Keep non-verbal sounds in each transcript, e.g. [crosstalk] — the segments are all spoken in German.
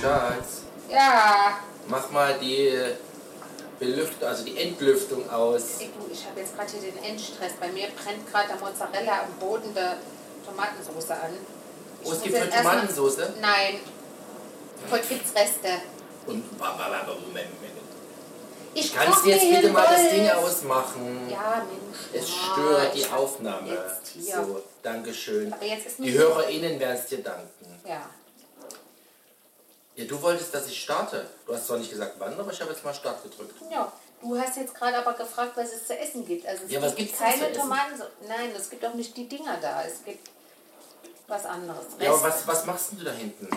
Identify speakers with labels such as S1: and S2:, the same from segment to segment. S1: Schatz,
S2: Ja.
S1: mach mal die Belüftung, also die Entlüftung aus.
S2: Ey, du, ich habe jetzt gerade hier den Endstress. Bei mir brennt gerade der Mozzarella am Boden der Tomatensauce an. Ich
S1: Oh,
S2: muss
S1: es gibt heute
S2: jetzt erstmal-
S1: Tomatensauce.
S2: Nein. Heute gibt's Reste.
S1: Und Moment, Moment.
S2: Ich
S1: Kannst
S2: koch
S1: du jetzt
S2: mir hier
S1: bitte mal das
S2: Golf.
S1: Ding ausmachen?
S2: Ja, Mensch.
S1: Es
S2: ja,
S1: stört die
S2: ich-
S1: Aufnahme.
S2: jetzt hier.
S1: So, Dankeschön.
S2: Aber jetzt ist
S1: Die
S2: nicht-
S1: HörerInnen werden es dir danken.
S2: Ja.
S1: Ja, du wolltest, dass ich starte. Du hast zwar nicht gesagt wann, aber ich habe jetzt mal Start gedrückt.
S2: Ja, du hast jetzt gerade aber gefragt, was es zu essen gibt. Also es
S1: Ja, was
S2: gibt
S1: gibt's denn zu
S2: keine
S1: essen?
S2: Tomaten. Nein, es gibt auch nicht die Dinger da. Es gibt was anderes.
S1: Ja, aber
S2: Reste.
S1: was, was machst denn du da hinten?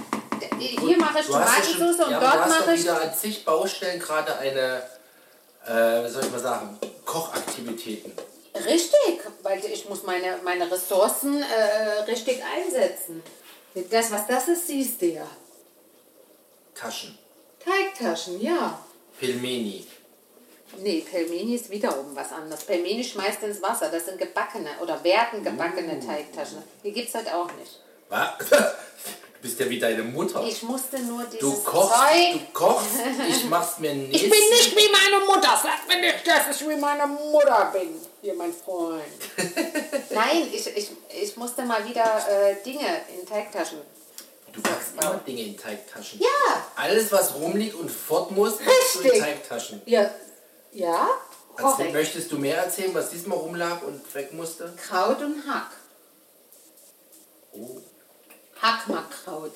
S2: Hier mache ich
S1: Du hast ja schon-
S2: Tomatensauce und
S1: ja, aber
S2: dort
S1: du hast
S2: mache
S1: doch
S2: ich.
S1: wieder an zig Baustellen gerade eine, äh, wie soll ich mal sagen, Kochaktivitäten.
S2: Richtig, weil ich muss meine, meine Ressourcen äh, richtig einsetzen. Das, was das ist, siehst du ja.
S1: Taschen.
S2: Teigtaschen, ja.
S1: Pilmeni.
S2: Nee, Pelmeni ist wiederum was anderes. Pelmeni schmeißt ins Wasser. Das sind gebackene oder werden gebackene
S1: Mm.
S2: Teigtaschen. Die gibt es halt auch nicht.
S1: Was? [laughs] Du bist ja wie deine Mutter.
S2: Ich musste nur dieses
S1: Du kochst,
S2: Zeug.
S1: du kochst,
S2: [laughs]
S1: ich mach's mir nicht.
S2: Ich bin nicht wie meine Mutter. Sag mir nicht, dass ich wie meine Mutter bin, hier
S1: [laughs]
S2: mein Freund. Nein, ich, ich, ich musste mal wieder äh, Dinge in Teigtaschen.
S1: Du packst immer Dinge in Teigtaschen.
S2: Ja.
S1: Alles, was rumliegt und fort muss, packst du in
S2: Richtig.
S1: Teigtaschen.
S2: Ja, ja,
S1: Also,
S2: korrekt.
S1: möchtest du mehr erzählen, was diesmal rumlag und weg musste?
S2: Kraut und Hack.
S1: Oh.
S2: Hackmakraut.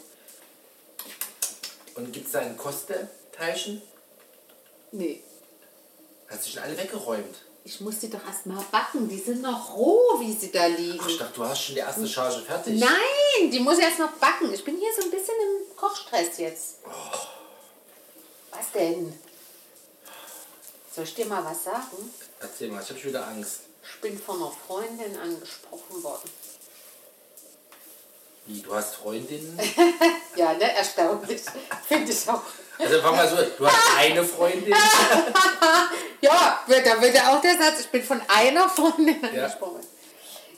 S1: Und gibt's da einen Kosteteilchen?
S2: Nee,
S1: Hast du schon alle weggeräumt?
S2: ich muss die doch erstmal backen. Die sind noch roh, wie sie da liegen.
S1: Ach, ich dachte, du hast schon die erste Charge fertig.
S2: Nein, die muss erst noch backen. Ich bin hier so ein bisschen im Kochstress jetzt.
S1: Oh.
S2: Was denn? Soll ich dir mal was sagen?
S1: Erzähl mal, ich hab schon wieder Angst.
S2: Ich bin von einer Freundin angesprochen worden.
S1: Wie, du hast Freundinnen?
S2: Ja, ne? Erstaunlich. [laughs] Finde ich auch.
S1: Also fang mal so, du
S2: [laughs]
S1: hast eine Freundin? Also,
S2: Ja, wird- da wird ja auch der Satz, ich bin von einer Freundin angesprochen.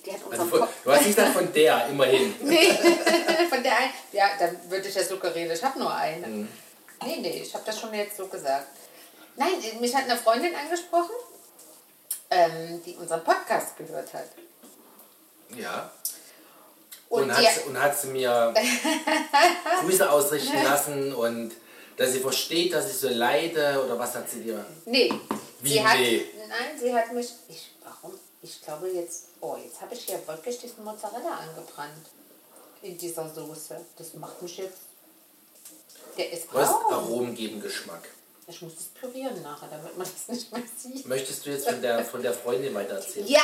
S2: Die hat
S1: Also,
S2: unseren
S1: von-
S2: Kopf.
S1: du hast nicht gesagt von der, immerhin.
S2: Nee, [laughs] von der einen. Ja, dann würde ich ja so geredet, ich habe nur eine.
S1: Mhm.
S2: Nee, nee, ich habe das schon jetzt so gesagt. Nein, mich hat eine Freundin angesprochen, ähm, die unseren Podcast gehört hat.
S1: Ja.
S2: Und,
S1: und,
S2: die,
S1: hat, und hat sie
S2: [laughs]
S1: mir Grüße ausrichten lassen und dass sie versteht, dass ich so leide oder was hat sie dir?
S2: nee,
S1: Wie
S2: sie hat,
S1: nee?
S2: nein, sie hat mich, ich, warum, ich glaube jetzt, oh, jetzt habe ich hier wirklich diesen Mozzarella angebrannt in dieser Soße. Das macht mich jetzt, der ist
S1: Du hast
S2: braun.
S1: Aromen geben Geschmack.
S2: Ich muss das pürieren nachher, damit man das nicht mehr sieht.
S1: Möchtest du jetzt von der, von der Freundin weiter erzählen?
S2: Ja,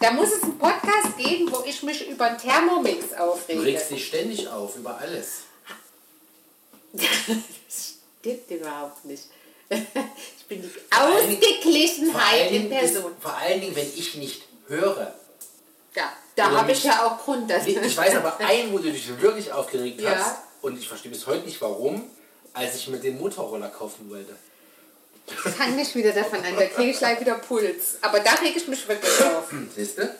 S2: da muss es einen Podcast geben, wo ich mich über den Thermomix
S1: Du
S2: aufrege.
S1: regst dich ständig auf über alles.
S2: [laughs] Das stimmt überhaupt nicht. [laughs] Ich bin die Ausgeglichenheit in Person.
S1: Ist, vor allen Dingen, wenn ich nicht höre.
S2: Ja, da
S1: Oder
S2: habe ich
S1: mich-
S2: ja auch Grund dazu. [laughs]
S1: Ich weiß aber ein, wo du dich wirklich aufgeregt
S2: Ja.
S1: hast und ich verstehe bis heute nicht warum, als ich mir den Motorroller kaufen wollte.
S2: Fang nicht wieder davon an, da kriege ich gleich wieder Puls. Aber da rege ich mich wirklich auf.
S1: Siehst du?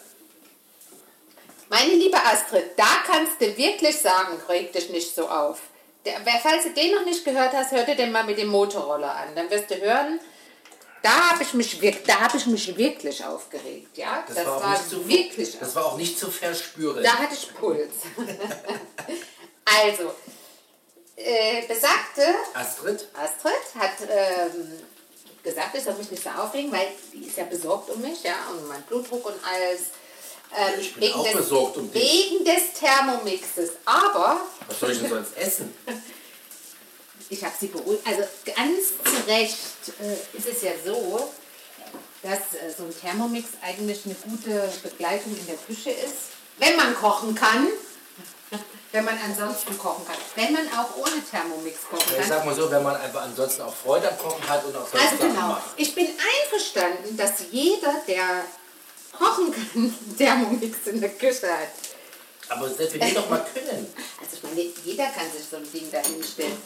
S2: Meine liebe Astrid, da kannst du wirklich sagen, reg dich nicht so auf. Der, wer- falls du den noch nicht gehört hast, hör dir den mal mit dem Motorroller an. Dann wirst du hören, da habe ich, mich wirk- da hab ich mich wirklich aufgeregt. Ja, das, war, wirklich
S1: Das war auch nicht zu verspüren.
S2: da hatte ich Puls. [laughs] also, äh, besagte
S1: Astrid?
S2: Astrid hat ähm, gesagt, ich soll mich nicht so aufregen, weil die ist ja besorgt um mich, ja, und mein Blutdruck und alles. Ähm,
S1: Ich bin auch besorgt um dich.
S2: Wegen des Thermomixes. Aber
S1: Was soll ich denn sonst
S2: [laughs]
S1: essen?
S2: ich habe sie beruhigt. Also ganz zu Recht äh, ist es ja so, dass äh, so ein Thermomix eigentlich eine gute Begleitung in der Küche ist, wenn man kochen kann. [laughs] Wenn man ansonsten kochen kann. Wenn man auch ohne Thermomix kochen
S1: Ich
S2: kann.
S1: sag mal so, wenn man einfach ansonsten auch Freude am Kochen hat und auch sonst
S2: Also
S1: Sachen
S2: genau,
S1: macht.
S2: ich bin einverstanden, dass jeder, der kochen kann, [laughs] einen Thermomix in der Küche hat.
S1: Aber definier doch mal können.
S2: Also ich meine, jeder kann sich so ein Ding da hinstellen.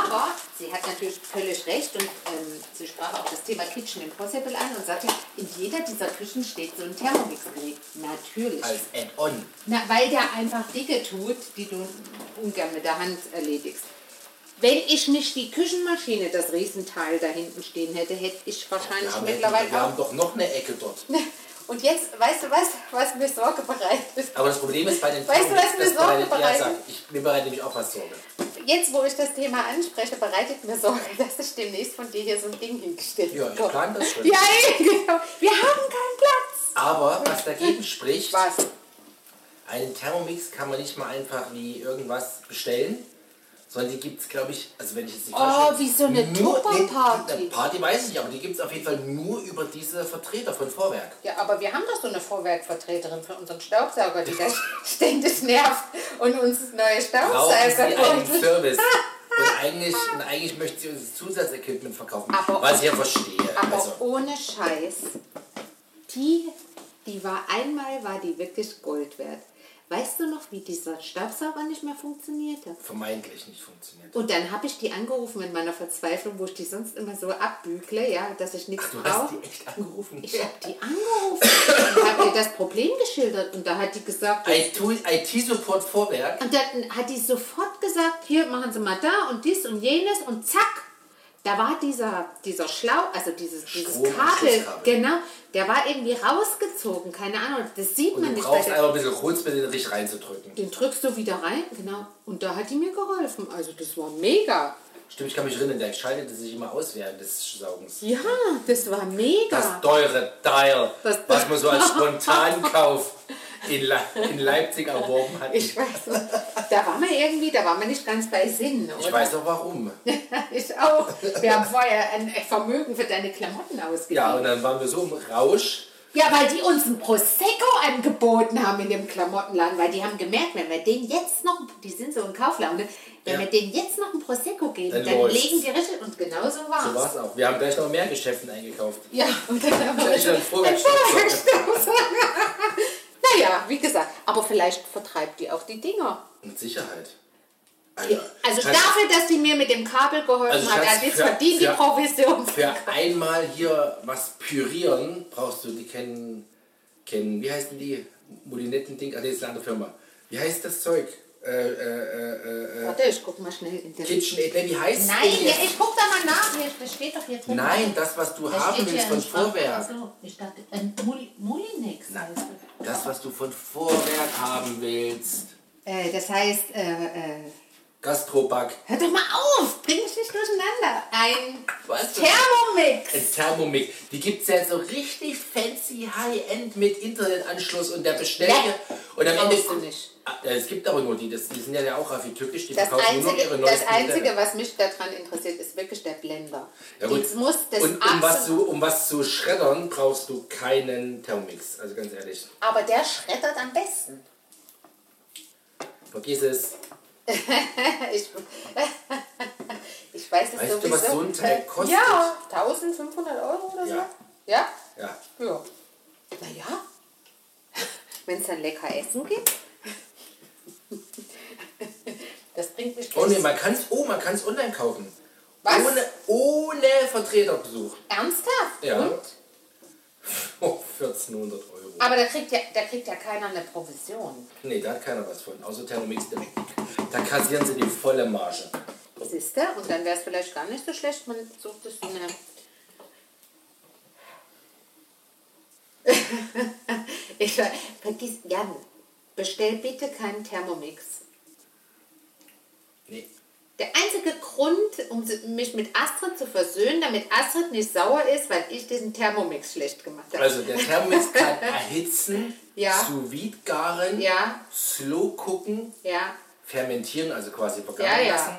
S2: Aber sie hat natürlich völlig recht und ähm, sie sprach auch das Thema Kitchen Impossible an und sagte, in jeder dieser Küchen steht so ein Thermomix-Gerät. Natürlich.
S1: Als Add-on.
S2: Na, weil der einfach Dinge tut, die du ungern mit der Hand erledigst. Wenn ich nicht die Küchenmaschine, das Riesenteil da hinten stehen hätte, hätte ich wahrscheinlich
S1: Wir haben,
S2: mittlerweile
S1: wir haben
S2: auch.
S1: doch noch eine Ecke
S2: [laughs]
S1: dort.
S2: Und jetzt, weißt du was, was mir Sorge bereitet?
S1: Aber das Problem ist bei den
S2: Weißt du,
S1: Tagen,
S2: was mir
S1: das
S2: Sorge
S1: bereitet- ja,
S2: bereitet?
S1: sag, ich, mir bereitet nämlich auch was Sorge.
S2: Jetzt, wo ich das Thema anspreche, bereitet mir Sorge, [laughs] dass ich demnächst von dir hier so ein Ding hingestellt
S1: Ja, ich
S2: bekomme.
S1: plan das schon.
S2: Ja, [laughs] eh, genau. Wir haben keinen Platz.
S1: Aber was
S2: [laughs]
S1: dagegen spricht,
S2: Was?
S1: einen Thermomix kann man nicht mal einfach wie irgendwas bestellen, sondern die gibt es, glaube ich, also wenn ich jetzt nicht
S2: Oh,
S1: falsch bin,
S2: wie so eine
S1: nur-
S2: Tupper-Party.
S1: nee, Party weiß ich nicht, aber die gibt es auf jeden Fall nur über diese Vertreter von Vorwerk.
S2: Ja, aber wir haben doch so eine Vorwerkvertreterin für unseren Staubsauger, die das [laughs] ständig nervt und uns neue
S1: Brauchen sie
S2: Staubsauger
S1: einen
S2: holt.
S1: Service. Und eigentlich, und eigentlich möchte sie uns Zusatzequipment verkaufen,
S2: Aber-
S1: was ich ja verstehe.
S2: Aber
S1: also,
S2: ohne Scheiß, die, die war einmal, war die wirklich Gold wert. Weißt du noch, wie dieser Staubsauger nicht mehr funktionierte?
S1: vermeintlich nicht funktioniert.
S2: Und dann habe ich die angerufen in meiner Verzweiflung, wo ich die sonst immer so abbügle, ja, dass ich nichts
S1: Du hast
S2: brauche.
S1: die echt angerufen.
S2: Ich habe die angerufen und habe ihr das Problem geschildert und da hat die gesagt,
S1: IT-Support Vorwerk.
S2: Und dann hat die sofort gesagt, hier machen Sie mal da und dies und jenes und zack, da war dieser, dieser Schlau, also dieses, dieses
S1: Strom- und
S2: Kabel,
S1: Schutzkabel.
S2: genau, der war irgendwie rausgezogen, keine Ahnung, das sieht
S1: Du
S2: man nicht.
S1: brauchst
S2: weil der-
S1: einfach ein bisschen Holzmittel, dich reinzudrücken.
S2: den drückst du wieder rein, genau, und da hat die mir geholfen, also das war mega.
S1: Stimmt, ich kann mich erinnern, der schaltete sich immer aus während des Saugens.
S2: Ja, das war mega.
S1: Das teure Teil,
S2: Das-
S1: was man so
S2: [laughs]
S1: als Spontankauf in, Le in Leipzig erworben hat. Ich,
S2: ich weiß nicht, da waren wir irgendwie, da waren wir nicht ganz bei Sinn, oder?
S1: weiß doch warum.
S2: [laughs] ich auch. Wir haben vorher ein Vermögen für deine Klamotten ausgegeben.
S1: Ja, und dann waren wir so im Rausch.
S2: Ja, weil die uns ein Prosecco angeboten haben in dem Klamottenladen, weil die haben gemerkt, wenn wir denen jetzt noch, die sind so in Kauflaune, wenn
S1: Ja.
S2: wir denen jetzt noch ein Prosecco geben,
S1: Dann
S2: dann,
S1: läuft's.
S2: legen die richtig und genau so
S1: So war
S2: war's.
S1: es auch. Wir haben gleich noch mehr Geschäften eingekauft.
S2: ja, und dann haben wir
S1: Ich bin froh,
S2: [laughs]
S1: wenn ich-
S2: Naja, wie gesagt, aber vielleicht vertreibt die auch die Dinger.
S1: Mit Sicherheit. Alter,
S2: Also
S1: ich hatte
S2: dafür, dass die mir mit dem Kabel geholfen
S1: Also ich
S2: hat,
S1: hab's
S2: also jetzt
S1: für-
S2: verdient die
S1: für-
S2: Provision.
S1: Für einmal hier was pürieren, brauchst du die kennen, kennen wie heißen die? Molinetten-Ding, ah, nee, das ist eine andere Firma. Wie heißt das Zeug? Äh, äh, äh, äh,
S2: Warte, ich guck mal schnell in den.
S1: Kitchen Aid, nee, wie heißt
S2: Nein,
S1: das?
S2: ja, ich guck da mal nach, hier, das steht doch hier drin.
S1: Nein, das, was du haben willst von Vorwerk.
S2: Achso, Also, ich dachte, ein Mul Mulinex.
S1: Das, was du von Vorwerk haben willst.
S2: Äh, das heißt, äh, äh,
S1: Gastroback.
S2: hör doch mal auf, bring mich nicht durcheinander. Ein
S1: Was?
S2: Thermomix.
S1: Ein Thermomix. Die gibt es ja so richtig fancy High-End mit Internetanschluss und der bestellt
S2: Nee,
S1: ja- Und am
S2: brauchst
S1: Ende.
S2: du nicht.
S1: Ah, Es gibt aber nur die, das, die sind ja auch raffi türkisch, die
S2: Das
S1: verkaufen nur noch ihre
S2: einzige, das
S1: neuesten
S2: einzige,
S1: Modelle.
S2: was mich daran interessiert, ist wirklich der Blender.
S1: Ja, gut.
S2: Jetzt muss das
S1: und um was,
S2: absolut-
S1: zu, um was zu schreddern, brauchst du keinen Thermomix. Also ganz ehrlich,
S2: aber der schreddert am besten.
S1: vergiss es.
S2: ich, [laughs] ich weiß
S1: Weißt
S2: es
S1: du,
S2: sowieso. Äh,
S1: was so ein Teil kostet?
S2: Ja, 1500 Euro oder
S1: Ja.
S2: so. Ja?
S1: Ja.
S2: Ja. Naja, [laughs] wenn es dann lecker essen gibt. [laughs] Das bringt mich
S1: Oh
S2: gleich-
S1: ne, man kann es oh, man kann's online kaufen.
S2: Was?
S1: Ohne, ohne Vertreterbesuch. [laughs]
S2: Ernsthaft?
S1: Ja.
S2: Und?
S1: Oh, 1400 Euro.
S2: Aber da kriegt, ja, da kriegt ja keiner eine Provision.
S1: Nee, da hat keiner was von, außer Thermomix direkt. Da kassieren sie die volle Marge.
S2: Siehst du? Und dann wäre es vielleicht gar nicht so schlecht, man sucht es so eine. [laughs] ich vergiss, Jan, bestell bitte keinen Thermomix.
S1: Nee.
S2: Der einzige Grund, um mich mit Astrid zu versöhnen, damit Astrid nicht sauer ist, weil ich diesen Thermomix schlecht gemacht habe.
S1: Also der Thermomix
S2: [laughs]
S1: kann erhitzen,
S2: Ja.
S1: sous vide garen,
S2: Ja.
S1: slow gucken,
S2: ja,
S1: fermentieren, also quasi
S2: Ja,
S1: vergaren
S2: ja.
S1: lassen,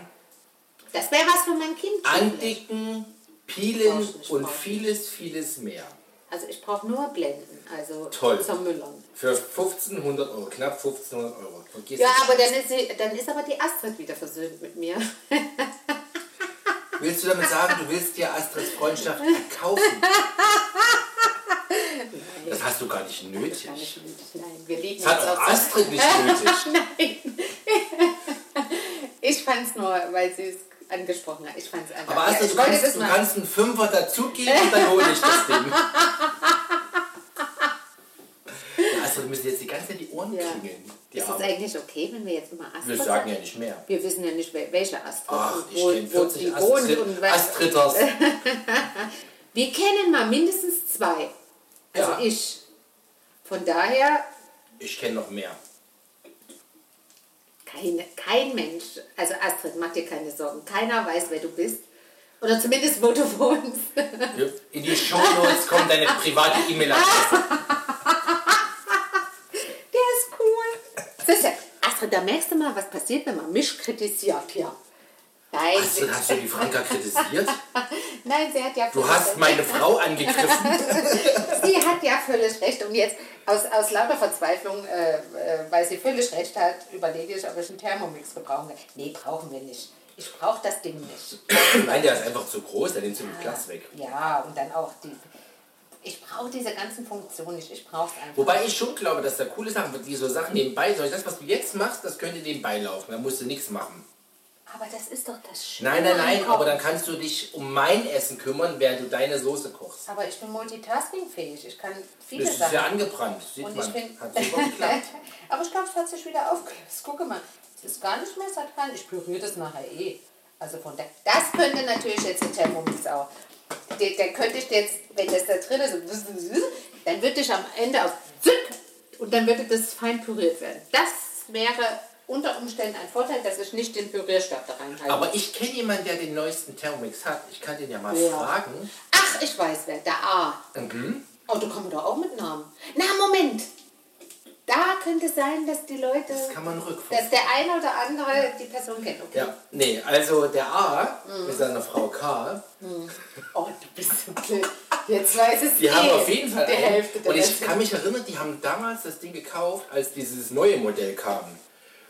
S2: das wäre was für mein Kind.
S1: andicken, peelen
S2: Brauchst nicht,
S1: und
S2: brauchst
S1: vieles, vieles mehr.
S2: Also ich brauche nur Blenden, also
S1: Toll.
S2: zum Müllern.
S1: Für 1500 Euro, knapp 1500 Euro. Vergiss
S2: Ja,
S1: es.
S2: aber dann ist, sie, dann ist aber die Astrid wieder versöhnt mit mir.
S1: Willst du damit sagen, du willst dir Astrids Freundschaft
S2: [laughs]
S1: kaufen? Das hast du gar nicht
S2: Gar
S1: nötig.
S2: nicht nötig, Nein, wir lieben
S1: Das hat
S2: uns
S1: auch
S2: auch so.
S1: Astrid nicht nötig.
S2: Nein. [laughs] ich fand es nur, weil sie es angesprochen hat. Ich fand es einfach.
S1: Aber
S2: ja,
S1: Astrid,
S2: ich
S1: du
S2: wollte
S1: kannst,
S2: das
S1: du
S2: mal-
S1: kannst einen Fünfer dazugeben und dann hole ich das
S2: [laughs]
S1: Ding. Ja, Astrid, du also, müssen jetzt die ganze Zeit die Ohren
S2: Ja.
S1: klingeln. Die
S2: Ist es es eigentlich okay, wenn wir jetzt immer
S1: Wir
S2: Astrid
S1: sagen ja nicht mehr.
S2: Wir wissen ja nicht, wel- welche Astrid
S1: Ach,
S2: und
S1: ich
S2: wo,
S1: kenne
S2: wo sie
S1: 40
S2: wohnt. Und
S1: Astrid
S2: was. [laughs]
S1: Astritters.
S2: Wir kennen mal mindestens zwei. Also
S1: Ja.
S2: ich. Von daher,
S1: Ich kenne noch mehr.
S2: keine, kein Mensch, also Astrid, mach dir keine Sorgen. Keiner weiß, wer du bist. Oder zumindest, wo du wohnst. [laughs]
S1: In die Shownotes kommt deine private
S2: Ah,
S1: E-Mail-Adresse.
S2: Der ist cool. Siehst du, Astrid, da merkst du mal, was passiert, wenn man mich kritisiert hier. Nein,
S1: Astrid, hast du die Franka kritisiert?
S2: nein, sie hat ja
S1: Du hast meine Frau angegriffen.
S2: Sie hat ja völlig recht. Und jetzt aus, aus lauter Verzweiflung, äh, äh, weil sie völlig recht hat, überlege ich, ob ich einen Thermomix gebrauchen kann. Nee, brauchen wir nicht. Ich brauche das Ding nicht.
S1: Nein, der ist einfach zu groß, der nimmt so ein Glas weg.
S2: Ja, und dann auch die. Ich brauche diese ganzen Funktionen nicht. Ich brauche es einfach.
S1: Wobei ich schon glaube, dass da coole Sachen, die so Sachen nebenbei, soll ich das, was du jetzt machst, das könnte nebenbei laufen, da musst du nichts machen.
S2: aber das ist doch das Schöne.
S1: Nein, nein,
S2: am
S1: nein,
S2: Kochen.
S1: aber dann kannst du dich um mein Essen kümmern, während du deine Soße kochst.
S2: Aber ich bin multitaskingfähig. Ich kann viele
S1: Das ist
S2: Sachen.
S1: ja angebrannt, sieht
S2: Und ich
S1: man.
S2: bin.
S1: Hat
S2: [laughs]
S1: super geklappt.
S2: aber ich glaube, es hat sich wieder aufgelöst. Gucke mal, es ist gar nicht mehr, es hat gar nicht. Ich berühre das nachher eh. Also von der, das könnte natürlich jetzt ein Thermomix auch. Der, der könnte ich jetzt, wenn das da drin ist, so dann würde ich am Ende auf Zück und dann würde das fein püriert werden. Das wäre unter Umständen ein Vorteil, dass ich nicht den Pürierstab da reinhalte.
S1: Aber ich kenne jemanden, der den neuesten Thermomix hat. Ich kann den ja mal
S2: Ja.
S1: fragen.
S2: Ach, ich weiß wer, der A.
S1: Mhm.
S2: Oh, da kommen wir doch auch mit Namen. Na, Moment! Da könnte sein, dass die Leute.
S1: Das kann man rückfragen.
S2: dass der eine oder andere die Person kennt. Okay.
S1: Ja, nee, also der A
S2: Mhm.
S1: mit seiner Frau K,
S2: Oh, du bist so blöd. Jetzt weiß es
S1: die
S2: eh
S1: haben auf jeden Fall
S2: die
S1: einen.
S2: Hälfte der
S1: Und ich
S2: Leute.
S1: kann mich erinnern, die haben damals das Ding gekauft, als dieses neue Modell kam.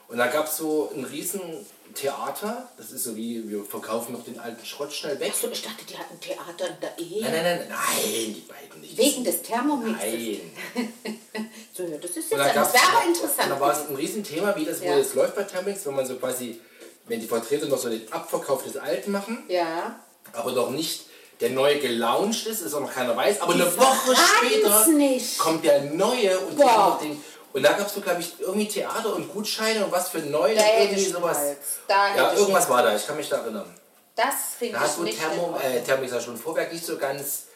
S1: Und da gab es so ein riesen Theater. Das ist so wie, wir verkaufen noch den alten Schrott schnell weg.
S2: Achso, ich dachte, die hatten Theater in der Ehe.
S1: Nein, nein, nein, nein, die beiden nicht.
S2: Wegen des Thermomixes.
S1: Nein.
S2: [laughs] So, ja, das ist jetzt
S1: Und da
S2: das
S1: gab's,
S2: wäre aber
S1: und da war es
S2: interessant.
S1: ein Riesenthema, wie das
S2: Ja.
S1: wohl jetzt läuft bei Thermix, wenn man so quasi, wenn die Vertreter noch so den Abverkauf des Alten machen,
S2: Ja.
S1: aber noch nicht der neue gelauncht ist, ist auch noch keiner weiß, aber eine Woche
S2: verraten's
S1: später
S2: nicht.
S1: kommt der neue und
S2: Boah.
S1: die- die- und da gab es so, glaube ich, irgendwie Theater und Gutscheine und was für neue
S2: Da hätte
S1: irgendwie
S2: ich
S1: sowas.
S2: Schmalz. Da hätte
S1: ja,
S2: ich
S1: irgendwas war da, ich kann mich da erinnern.
S2: Das finde
S1: Da
S2: ich
S1: hast du
S2: nicht. in
S1: Thermo,
S2: Ordnung.
S1: äh, Thermix ja schon vorweg nicht so ganz,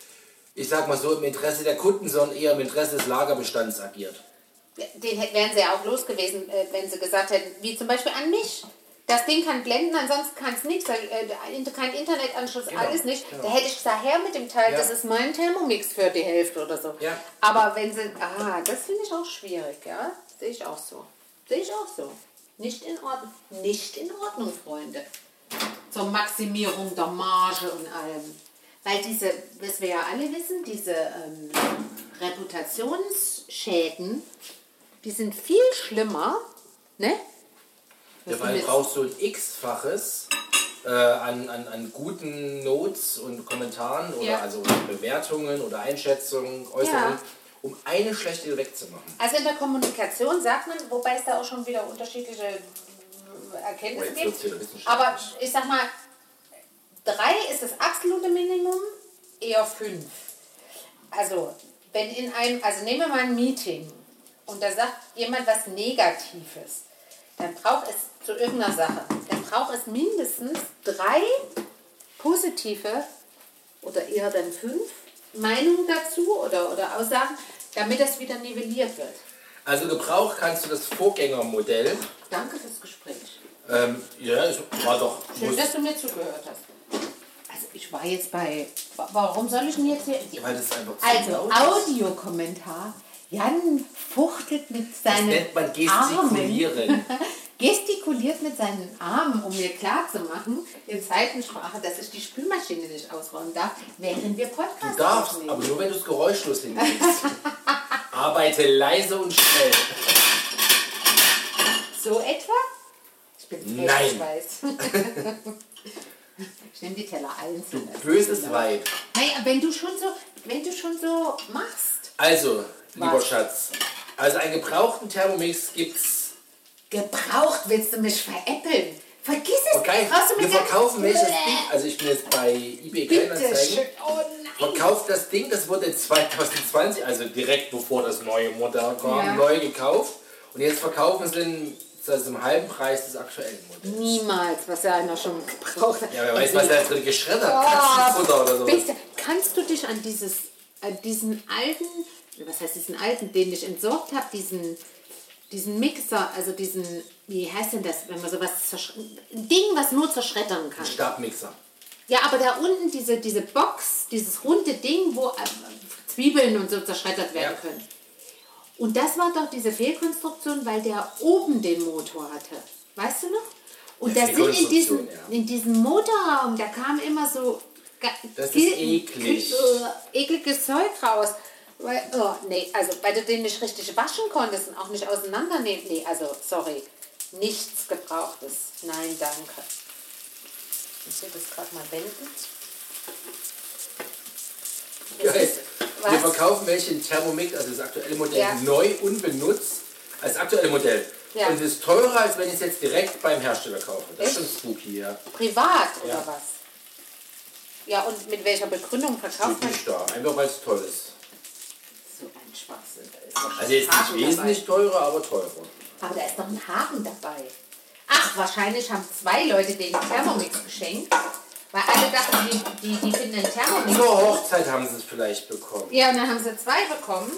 S1: ich sag mal so, im Interesse der Kunden, sondern eher im Interesse des Lagerbestands agiert.
S2: Den hätten- wären sie ja auch los gewesen, äh, wenn sie gesagt hätten, wie zum Beispiel an mich. Das Ding kann blenden, ansonsten kann es nichts, weil, äh, in- kein Internetanschluss, alles nicht. Da hätte ich gesagt, her mit dem Teil,
S1: Genau. Ja.
S2: das ist mein Thermomix für die Hälfte oder so.
S1: Ja.
S2: Aber wenn sie, ah, das finde ich auch schwierig, ja. Sehe ich auch so. Sehe ich auch so. Nicht in Ordnung. Nicht in Ordnung, Freunde. Zur Maximierung der Marge und allem. Weil diese, was wir ja alle wissen, diese ähm, Reputationsschäden, die sind viel schlimmer, ne?
S1: Ja,
S2: Was
S1: weil
S2: denn
S1: du brauchst so ein X-faches äh, an, an, an guten Notes und Kommentaren oder
S2: Ja.
S1: also Bewertungen oder Einschätzungen, Äußerungen, um eine schlechte wegzumachen.
S2: Also in der Kommunikation sagt man, wobei es da auch schon wieder unterschiedliche äh, Erkenntnisse
S1: Jetzt wird's wieder
S2: gibt.
S1: wissenschaftlich.
S2: Aber ich sag mal, drei ist das absolute Minimum, eher fünf. Also, wenn in einem, also nehmen wir mal ein Meeting und da sagt jemand was Negatives, dann braucht es zu irgendeiner Sache, dann braucht es mindestens drei positive oder eher dann fünf Meinungen dazu oder, oder Aussagen, damit das wieder nivelliert wird.
S1: Also gebraucht kannst du das Vorgängermodell.
S2: Danke fürs Gespräch.
S1: Ähm, ja, es war doch.
S2: Schön,
S1: Muss,
S2: dass du mir zugehört hast. Also ich war jetzt bei. wa- Warum soll ich denn jetzt hier.
S1: weil das einfach zu
S2: Also
S1: laut ist.
S2: Audiokommentar. Jan fuchtelt mit
S1: Das
S2: seinen
S1: nennt man
S2: Armen.
S1: gestikulieren.
S2: [laughs] Gestikuliert mit seinen Armen, um mir klarzumachen, in Zeitensprache, dass ich die Spülmaschine nicht ausräumen darf, während wir Podcast
S1: Du darfst,
S2: aufnehmen.
S1: aber nur wenn du es geräuschlos
S2: [laughs]
S1: hinkriegst. Arbeite leise und schnell.
S2: So etwa? Ich bin froh,
S1: Nein. [laughs]
S2: ich weiß. ich nehme die Teller einzeln.
S1: Böses Weib.
S2: Naja, wenn du schon so, wenn du schon so machst,
S1: Also, lieber
S2: Was?
S1: Schatz, also einen gebrauchten Thermomix gibt's.
S2: gebraucht willst du mich veräppeln. Vergiss es.
S1: Okay,
S2: Brauchst du
S1: wir
S2: mir gar-
S1: verkaufen welches
S2: Bäh.
S1: Ding. Also ich bin jetzt bei eBay
S2: Bitte
S1: Kleinanzeigen.
S2: schön. Oh nein.
S1: Verkauft das Ding, das wurde 2020, also direkt bevor das neue Modell kam,
S2: Ja.
S1: neu gekauft Und jetzt verkaufen sie ihn zu einem halben Preis des aktuellen Modells.
S2: Niemals, was ja einer schon gebraucht hat.
S1: Ja, wer weiß, was da drin geschreddert
S2: Oh,
S1: Katzenfutter oder sowas.
S2: bitte. Kannst du dich an dieses, an diesen alten, was heißt diesen alten, den ich entsorgt habe, diesen, diesen Mixer, also diesen, wie heißt denn das, wenn man sowas, zersch- ein Ding, was nur zerschreddern kann.
S1: Stabmixer.
S2: Ja, aber da unten diese, diese Box, dieses runde Ding, wo äh, Zwiebeln und so zerschreddert werden
S1: Ja.
S2: können. Und das war doch diese Fehlkonstruktion, weil der oben den Motor hatte. Weißt du noch? Und
S1: Ja,
S2: da sind in
S1: Fehlkonstruktion,
S2: diesem,
S1: ja.
S2: in diesem Motorraum, da kam immer so ga-
S1: Das ist
S2: ge-
S1: eklig.
S2: ge- äh, ekliges Zeug raus. Weil, oh, nee, also weil du den nicht richtig waschen konntest und auch nicht auseinandernehmen. Nee, also sorry. Nichts Gebrauchtes. Nein, danke. Ich will das gerade mal wenden.
S1: Ja,
S2: Es ist-
S1: Wir
S2: was?
S1: verkaufen welche in Thermomix, also das aktuelle Modell,
S2: Ja.
S1: neu unbenutzt als aktuelle Modell.
S2: Ja.
S1: Und es ist teurer, als wenn ich es jetzt direkt beim Hersteller kaufe. Das ist schon
S2: Echt?
S1: spooky, ja.
S2: Privat oder
S1: Ja.
S2: was? Ja, und mit welcher Begründung verkauft
S1: Steht
S2: man
S1: nicht da, einfach weil es toll ist.
S2: so ein Schwachsinn? Da ist doch schon
S1: Also jetzt
S2: ein Haken
S1: nicht wesentlich teurer, aber teurer.
S2: Dabei. Aber da ist doch ein Haken dabei. Ach, wahrscheinlich haben zwei Leute den Thermomix geschenkt, weil alle dachten, die, die, die finden den Thermomix.
S1: Zur Hochzeit haben sie es vielleicht bekommen.
S2: Ja, und dann haben sie zwei bekommen.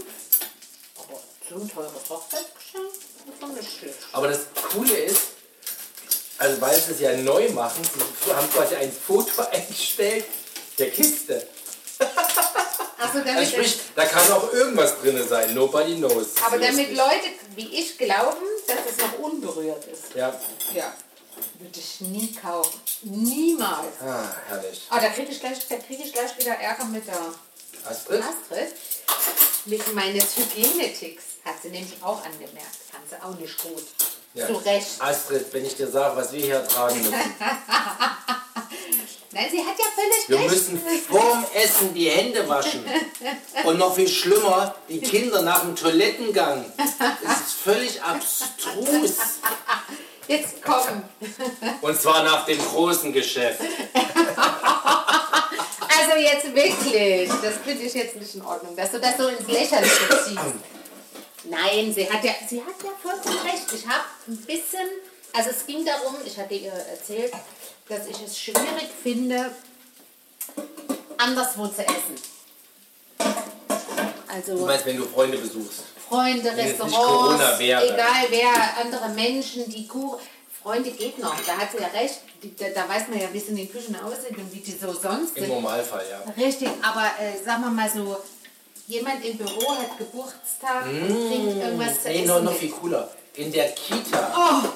S2: Oh, so ein teures Hochzeitsgeschenk? Das ist doch nicht schlecht.
S1: Aber das Coole ist, also weil sie es ja neu machen, sie haben quasi ein Foto [laughs] eingestellt der Kiste. Also
S2: Also damit
S1: sprich, da kann auch irgendwas drin sein. Nobody knows.
S2: Aber
S1: Sie wissen
S2: damit
S1: nicht.
S2: Leute wie ich glauben, dass es noch unberührt ist.
S1: Ja,
S2: Ja. Würde ich nie kaufen. Niemals.
S1: ah, herrlich.
S2: Ah, da kriege ich, gleich- da krieg ich gleich wieder Ärger mit der
S1: Astrid?
S2: Astrid. Wegen meines Hygieneticks hat sie nämlich auch angemerkt. Fand sie auch nicht gut.
S1: Ja.
S2: Zu Recht.
S1: Astrid, wenn ich dir sage, was wir hier tragen müssen.
S2: Nein, sie hat ja völlig
S1: Wir
S2: recht.
S1: müssen vorm Essen die Hände waschen. Und noch viel schlimmer, die Kinder nach dem Toilettengang. Das ist völlig abstrus.
S2: Jetzt komm.
S1: Und zwar nach dem großen Geschäft.
S2: Also jetzt wirklich, das finde ich jetzt nicht in Ordnung, dass du das so ins Lächerliche ziehst. Nein, sie hat ja, sie hat ja vollkommen recht. Ich habe ein bisschen, also es ging darum, ich hatte ihr erzählt, dass ich es schwierig finde, anderswo zu essen.
S1: Du
S2: Also
S1: meinst, wenn du Freunde besuchst.
S2: Freunde,
S1: jetzt nicht
S2: Restaurants,
S1: Corona wäre.
S2: egal wer, andere Menschen, die Kuh. Freunde geht noch, da hat sie ja recht. Die- Da, da weiß man ja, wie es in den Küchen aussieht und wie die so sonst
S1: Im
S2: sind.
S1: Normalfall, ja.
S2: Richtig, aber äh, sagen wir mal so, jemand im Büro hat Geburtstag und trinkt irgendwas zu
S1: Mm. Nee,
S2: essen.
S1: noch, noch
S2: mit.
S1: viel cooler. In der Kita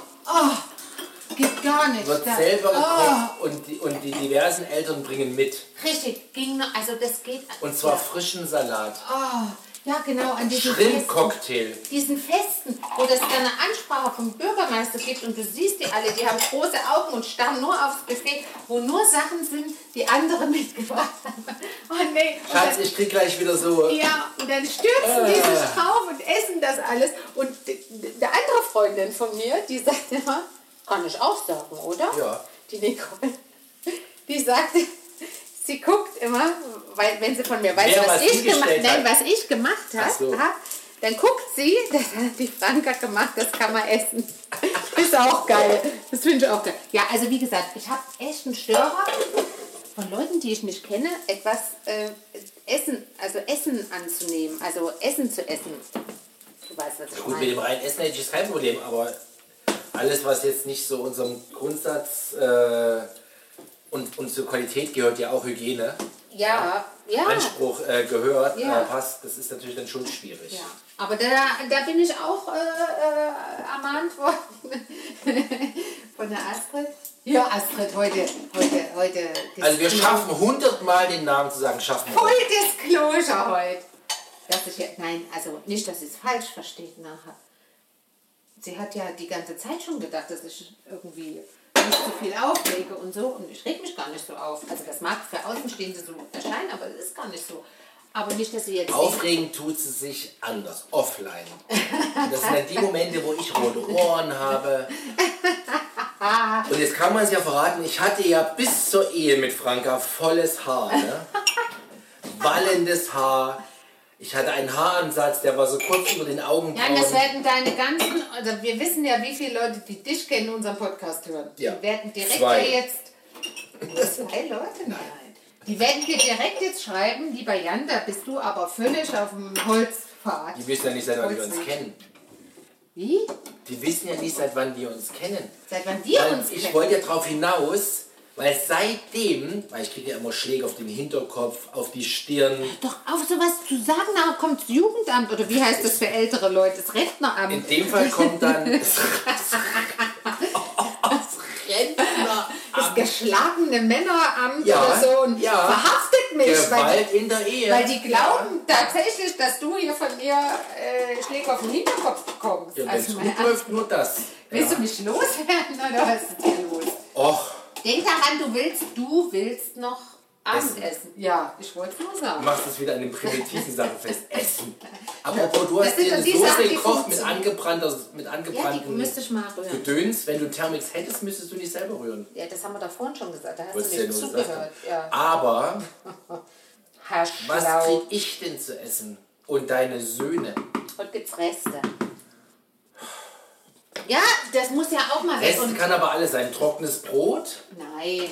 S2: Geht gar nicht.
S1: wird
S2: Da-
S1: selber
S2: oh,
S1: gekocht und, die, und die diversen Eltern bringen mit.
S2: richtig, ging noch, also das geht.
S1: Und zwar frischen Salat.
S2: Oh, ja, genau, an diesen Festen,
S1: Shrimp-Cocktail.
S2: diesen Festen, wo das dann eine Ansprache vom Bürgermeister gibt und du siehst die alle, die haben große Augen und starren nur aufs Buffet, wo nur Sachen sind, die andere [laughs] mitgebracht haben. Oh nee. Und
S1: Schatz,
S2: dann-
S1: ich krieg gleich wieder so
S2: Ja, und dann stürzen
S1: Äh.
S2: die sich drauf und essen das alles. Und d- d- eine andere Freundin von mir, die sagt immer, kann ich auch sagen, oder?
S1: Ja.
S2: Die Nicole. Die sagt, sie guckt immer, weil wenn sie von mir weiß,
S1: Wer
S2: was,
S1: was
S2: ich gemacht
S1: hingestellt
S2: nein,
S1: hat.
S2: was ich gemacht habe,
S1: Ach so.
S2: hab, dann guckt sie, [laughs] das hat die Franka gemacht, das kann man essen. [laughs] Ist auch geil. Das finde ich auch geil. Ja, also wie gesagt, ich habe echt einen Störer von Leuten, die ich nicht kenne, etwas äh, Essen, also Essen anzunehmen, also Essen zu essen. Du weißt, was ich
S1: Gut, mit
S2: meine.
S1: dem reinen Essen hätte ich jetzt kein Problem, aber alles, was jetzt nicht so unserem Grundsatz äh, und, und zur Qualität gehört, ja auch Hygiene,
S2: Ja, ja.
S1: Anspruch äh, gehört,
S2: Ja.
S1: äh, passt, das ist natürlich dann schon schwierig.
S2: Ja, aber da, da bin ich auch äh, äh, ermahnt worden [laughs] von der Astrid. Ja, Astrid, heute, heute, heute.
S1: Also wir schaffen hundertmal den Namen zu sagen, schaffen wir.
S2: Voll Disclosure heute. Dass ich, ja- nein, also nicht, dass sie es falsch versteht nachher. Sie hat ja die ganze Zeit schon gedacht, dass ich irgendwie nicht so viel auflege und so. Und ich reg mich gar nicht so auf. Also das mag für Außenstehende so erscheinen, aber es ist gar nicht so. Aber nicht, dass sie jetzt...
S1: Aufregen tut sie sich anders, offline. Und das sind dann die Momente, wo ich rote Ohren habe. Und jetzt kann man es ja verraten, ich hatte ja bis zur Ehe mit Franka volles Haar. Ne? Wallendes Haar, Ich hatte einen Haaransatz, der war so kurz über den Augenbrauen.
S2: Nein, das werden deine ganzen, also wir wissen ja, wie viele Leute, die dich kennen, unseren Podcast hören.
S1: Ja.
S2: Die werden direkt
S1: Zwei.
S2: hier jetzt. Zwei Leute? Nein. Die werden dir direkt jetzt schreiben, lieber Jan, da bist du aber völlig auf dem Holzpfad.
S1: Die wissen ja nicht, seit wann wir uns
S2: Holzweg.
S1: kennen.
S2: Wie?
S1: Die wissen ja nicht, seit wann wir uns kennen.
S2: Seit wann wir
S1: Weil
S2: uns
S1: ich
S2: kennen?
S1: wollte ja drauf hinaus, weil seitdem, weil ich kriege ja immer Schläge auf den Hinterkopf, auf die Stirn.
S2: Doch auf sowas zu sagen, da kommt das Jugendamt oder wie heißt das für ältere Leute? Das Rentneramt.
S1: In dem Fall kommt
S2: [laughs]
S1: dann das Rentner.
S2: das geschlagene Männeramt
S1: Ja,
S2: oder so und
S1: ja.
S2: verhaftet mich, weil
S1: Gewalt in der Ehe.
S2: die, weil die glauben tatsächlich, dass du hier von mir äh, Schläge auf den Hinterkopf bekommst.
S1: Ja, wenn es
S2: also
S1: gut
S2: meine,
S1: läuft, nur das.
S2: willst du mich loswerden oder was ist hier los?
S1: Och,
S2: Denk daran, du willst, du willst noch
S1: Essen.
S2: Abendessen. Ja, ich wollte nur
S1: du
S2: sagen.
S1: machst es wieder an den primitiven Sachen fest. Essen. Apropos, du
S2: Das
S1: hast
S2: sind
S1: dir
S2: doch
S1: eine
S2: die Sachen,
S1: Soße
S2: die
S1: gekocht mit,
S2: funktionieren.
S1: angebrannter, mit
S2: Ja, die
S1: angebranntem
S2: müsste ich mal rühren.
S1: Gedöns. Wenn du Thermix hättest, müsstest du nicht selber rühren.
S2: Ja, das haben wir da vorhin schon gesagt. Da hast
S1: Wolltest
S2: du
S1: du ja
S2: nicht
S1: nur gesagt haben.
S2: zugehört. Ja. Genau.
S1: Aber
S2: Herr
S1: was
S2: Schlau.
S1: krieg ich denn zu essen? Und deine Söhne?
S2: Heute gibt's Reste. Ja, das muss ja auch mal weg.
S1: Essen
S2: Und
S1: kann aber alles sein. Trockenes Brot.
S2: Nein,